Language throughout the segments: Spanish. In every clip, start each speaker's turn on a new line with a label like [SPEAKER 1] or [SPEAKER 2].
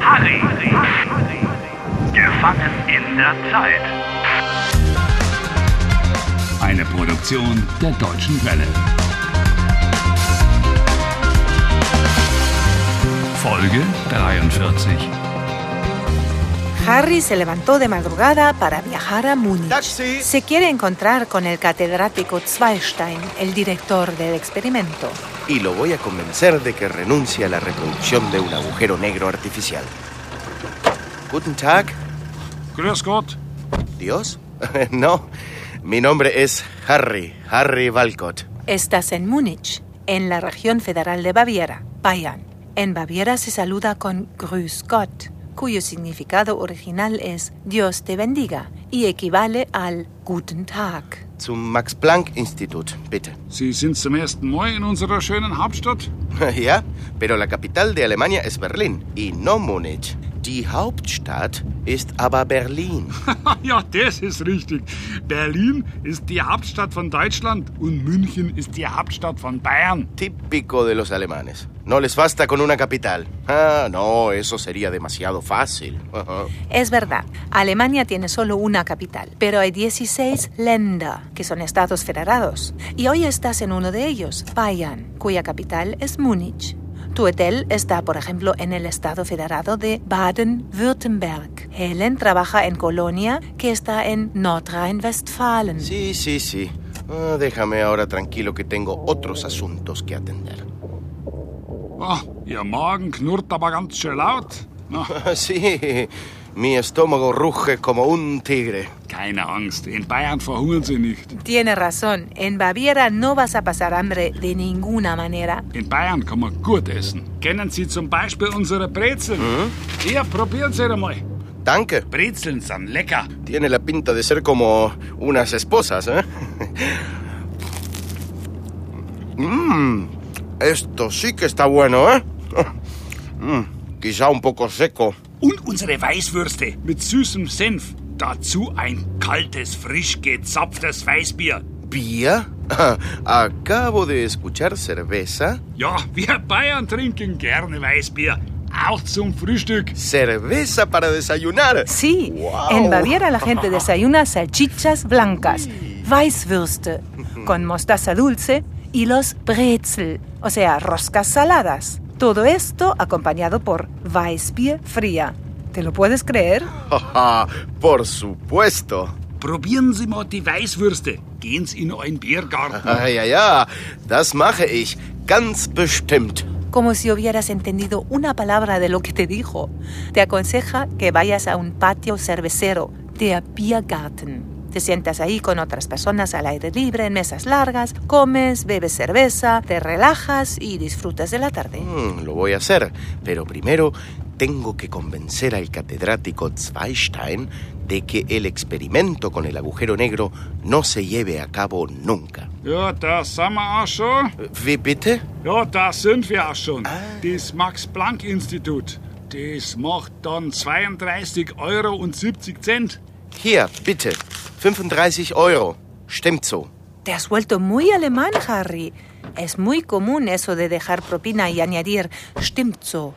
[SPEAKER 1] Harry. Gefangen in der Zeit. Eine Produktion der Deutschen Welle. Folge 43.
[SPEAKER 2] Harry se levantó de madrugada para viajar a Múnich.
[SPEAKER 3] Taxi.
[SPEAKER 2] Se quiere encontrar con el catedrático Zweistein, el director del experimento.
[SPEAKER 3] Y lo voy a convencer de que renuncie a la reproducción de un agujero negro artificial. Guten Tag.
[SPEAKER 4] Grüß Gott.
[SPEAKER 3] ¿Dios? no. Mi nombre es Harry, Harry Walcott.
[SPEAKER 2] Estás en Múnich, en la región federal de Baviera, Bayern. En Baviera se saluda con Grüß Gott cuyo significado original es Dios te bendiga y equivale al Guten Tag.
[SPEAKER 3] Zum Max Planck Institut, bitte.
[SPEAKER 4] Sie sind zum ersten Mal in unserer schönen Hauptstadt?
[SPEAKER 3] ja, pero la capital de Alemania es Berlin y no Múnich. Die Hauptstadt ist aber Berlin.
[SPEAKER 4] ja, das ist richtig. Berlin ist die Hauptstadt von Deutschland und München ist die Hauptstadt von Bayern.
[SPEAKER 3] Típico de los alemanes. No les basta con una capital. Ah, no, eso sería demasiado fácil.
[SPEAKER 2] es verdad, Alemania tiene solo una capital, pero hay 16 Länder, que son estados federados. Y hoy estás en uno de ellos, Bayern, cuya capital es Múnich. Tu hotel está, por ejemplo, en el estado federado de Baden-Württemberg. Helen trabaja en Colonia, que está en Nordrhein-Westfalen.
[SPEAKER 3] Sí, sí, sí. Ah, déjame ahora tranquilo que tengo otros asuntos que atender.
[SPEAKER 4] Oh, ihr Magen knurrt aber ganz schön laut.
[SPEAKER 3] No. Ah, sí, mi estómago ruge como un tigre.
[SPEAKER 4] Keine Angst, en Bayern verhungern sie nicht.
[SPEAKER 2] Tiene razón, en Baviera no vas a pasar hambre de ninguna manera.
[SPEAKER 4] In Bayern kann man gut essen. Kennen Sie zum Beispiel unsere Brezeln? Mhm. Ja, probieren Sie mal.
[SPEAKER 3] Danke.
[SPEAKER 4] Brezeln sind lecker.
[SPEAKER 3] Tiene la pinta de ser como unas esposas, ¿eh? Mmm, esto sí que está bueno, ¿eh? Mm, quizá un poco seco.
[SPEAKER 4] Und unsere Weißwürste mit süßem Senf. Dazu ein kaltes, frisch gezapftes Weißbier.
[SPEAKER 3] Bier? Ah, acabo de escuchar cerveza.
[SPEAKER 4] Ja, wir Bayern trinken gerne Weißbier. Auch zum Frühstück.
[SPEAKER 3] Cerveza para desayunar.
[SPEAKER 2] Sí, wow. en Baviera la gente desayuna salchichas blancas, Weißwürste, con mostaza dulce y los Brezel, o sea, roscas saladas. Todo esto acompañado por Weißbier fría. ¿Te lo puedes creer?
[SPEAKER 3] Por supuesto.
[SPEAKER 4] Probieren Sie mal die Weißwürste. Gehen Sie in euren Biergarten.
[SPEAKER 3] Ah, ja, ja, das mache ich. Ganz bestimmt.
[SPEAKER 2] Como si hubieras entendido una palabra de lo que te dijo. Te aconseja que vayas a un patio cervecero, der Biergarten. Te sientas ahí con otras personas al aire libre, en mesas largas, comes, bebes cerveza, te relajas y disfrutas de la tarde.
[SPEAKER 3] Mm, lo voy a hacer, pero primero tengo que convencer al catedrático Zweistein de que el experimento con el agujero negro no se lleve a cabo nunca.
[SPEAKER 4] Ja, da sind wir auch schon.
[SPEAKER 3] Wie bitte?
[SPEAKER 4] Ja, da sind wir auch schon. Ah. Das Max-Planck-Institut. Das macht dann 32 Euro und 70 Cent.
[SPEAKER 3] Hier, bitte. 35 Euro. Stimmt so.
[SPEAKER 2] Te has vuelto muy alemán, Harry. Es muy común eso de dejar propina y añadir stimmt so.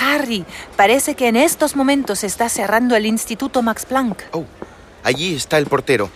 [SPEAKER 2] Harry, parece que en estos momentos se está cerrando el Instituto Max Planck.
[SPEAKER 3] Oh, allí está el portero.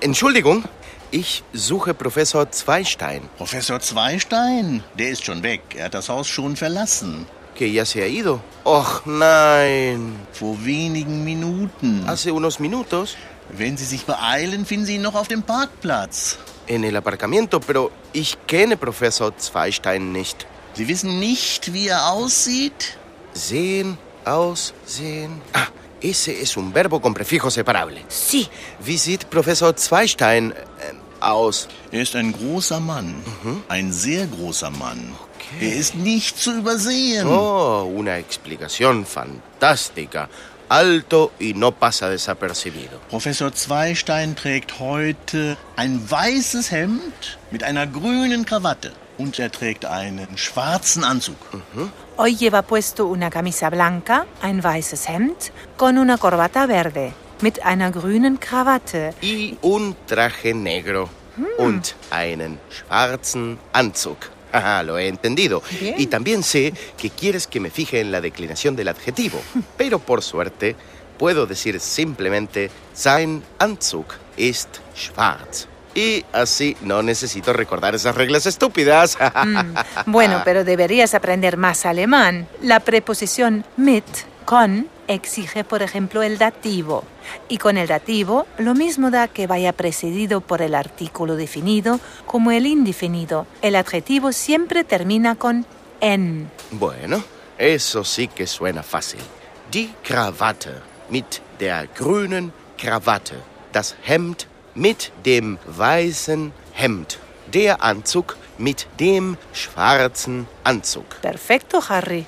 [SPEAKER 3] Entschuldigung, ich suche Professor Zweistein.
[SPEAKER 5] Professor Zweistein? Der ist schon weg. Er hat das Haus schon verlassen.
[SPEAKER 3] Que ya se ha ido. Och nein.
[SPEAKER 5] Vor wenigen Minuten.
[SPEAKER 3] Hace unos minutos.
[SPEAKER 5] Wenn Sie sich beeilen, finden Sie ihn noch auf dem Parkplatz.
[SPEAKER 3] En el aparcamiento, pero ich kenne Professor Zweistein nicht.
[SPEAKER 5] Sie wissen nicht, wie er aussieht?
[SPEAKER 3] Sehen, aussehen. Ah, ese es un verbo con prefijo separable.
[SPEAKER 2] Sí.
[SPEAKER 3] Wie sieht Professor Zweistein eh, aus?
[SPEAKER 5] Er ist ein großer Mann. Mhm. Ein sehr großer Mann. Okay. Er ist nicht zu übersehen.
[SPEAKER 3] Oh, una explicación fantástica. Alto y no pasa desapercibido.
[SPEAKER 5] Professor Zweistein trägt heute ein weißes Hemd mit einer grünen Krawatte und er trägt einen schwarzen Anzug.
[SPEAKER 2] Mhm. Hoy lleva puesto una camisa blanca, ein weißes Hemd con una corbata verde, mit einer grünen Krawatte.
[SPEAKER 3] Y un traje negro hm. und einen schwarzen Anzug. Ajá, lo he entendido.
[SPEAKER 2] Bien.
[SPEAKER 3] Y también sé que quieres que me fije en la declinación del adjetivo. Pero por suerte, puedo decir simplemente, sein Anzug ist schwarz. Y así no necesito recordar esas reglas estúpidas.
[SPEAKER 2] Bueno, pero deberías aprender más alemán. La preposición mit, con, exige, por ejemplo, el dativo. Y con el dativo, lo mismo da que vaya precedido por el artículo definido como el indefinido. El adjetivo siempre termina con en.
[SPEAKER 3] Bueno, eso sí que suena fácil. Die Krawatte mit der grünen Krawatte. Das Hemd mit dem weißen Hemd. Der Anzug mit dem schwarzen Anzug.
[SPEAKER 2] Perfecto, Harry.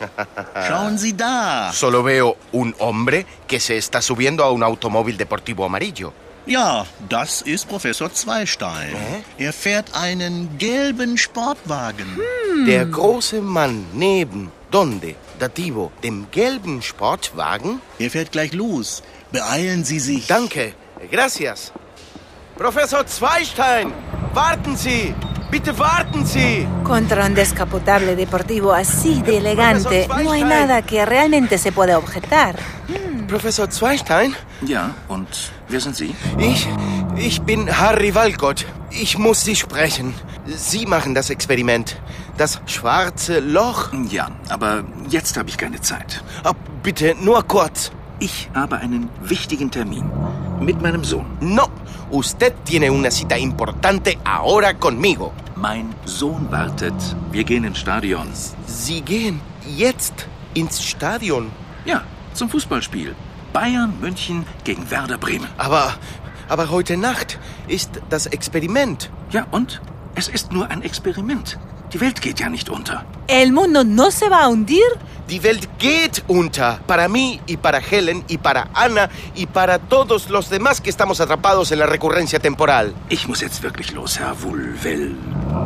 [SPEAKER 5] Schauen Sie da.
[SPEAKER 3] Solo veo un hombre que se está subiendo a un automóvil deportivo amarillo.
[SPEAKER 5] Ja, das ist Professor Zweistein. Er fährt einen gelben Sportwagen.
[SPEAKER 3] Hmm. Der große Mann neben, donde, dativo, dem gelben Sportwagen.
[SPEAKER 5] Er fährt gleich los. Beeilen Sie sich.
[SPEAKER 3] Danke, gracias. Professor Zweistein, warten Sie, bitte warten Sie.
[SPEAKER 2] Contra un descapotable deportivo así de elegante, no hay nada que realmente se pueda objetar.
[SPEAKER 3] Professor Zweistein,
[SPEAKER 6] Ja, und wer sind Sie?
[SPEAKER 3] ich, ich bin Harry Walcott. Ich muss Sie sprechen. Sie machen das Experiment. Das schwarze Loch.
[SPEAKER 6] Ja, aber jetzt habe ich keine Zeit.
[SPEAKER 3] Ah, bitte, nur kurz.
[SPEAKER 6] Ich habe einen wichtigen Termin mit meinem Sohn.
[SPEAKER 3] No, usted tiene una cita importante ahora conmigo.
[SPEAKER 6] Mein Sohn wartet. Wir gehen ins Stadion.
[SPEAKER 3] Sie gehen jetzt ins Stadion.
[SPEAKER 6] Ja, zum Fußballspiel. Bayern München gegen Werder Bremen.
[SPEAKER 3] Aber, aber heute Nacht ist das Experiment.
[SPEAKER 6] Ja, und? Es ist nur ein Experiment. Die Welt geht ja nicht unter.
[SPEAKER 2] ¿El mundo no se va a hundir?
[SPEAKER 3] Die Welt geht unter. Para mí y para Helen y para Anna y para todos los demás que estamos atrapados en la recurrencia temporal.
[SPEAKER 6] Ich muss jetzt wirklich los, Herr Wulwell.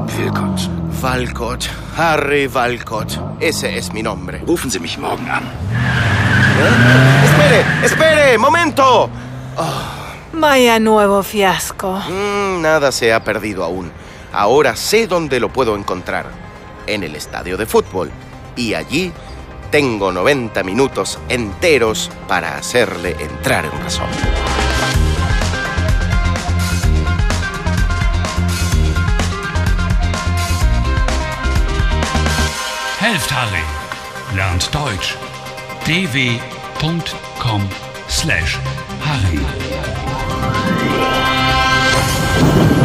[SPEAKER 6] Wilcott.
[SPEAKER 3] Walcott, Harry Walcott. Ese es mi nombre.
[SPEAKER 6] Rufen Sie mich morgen an.
[SPEAKER 3] ¡Espere! ¡Espere! ¡Momento!
[SPEAKER 2] Vaya nuevo fiasco.
[SPEAKER 3] Mm, nada se ha perdido aún. Ahora sé dónde lo puedo encontrar. En el estadio de fútbol. Y allí tengo 90 minutos enteros para hacerle entrar en razón.
[SPEAKER 1] Helft Harry. Lernt Deutsch. dw.com/harry.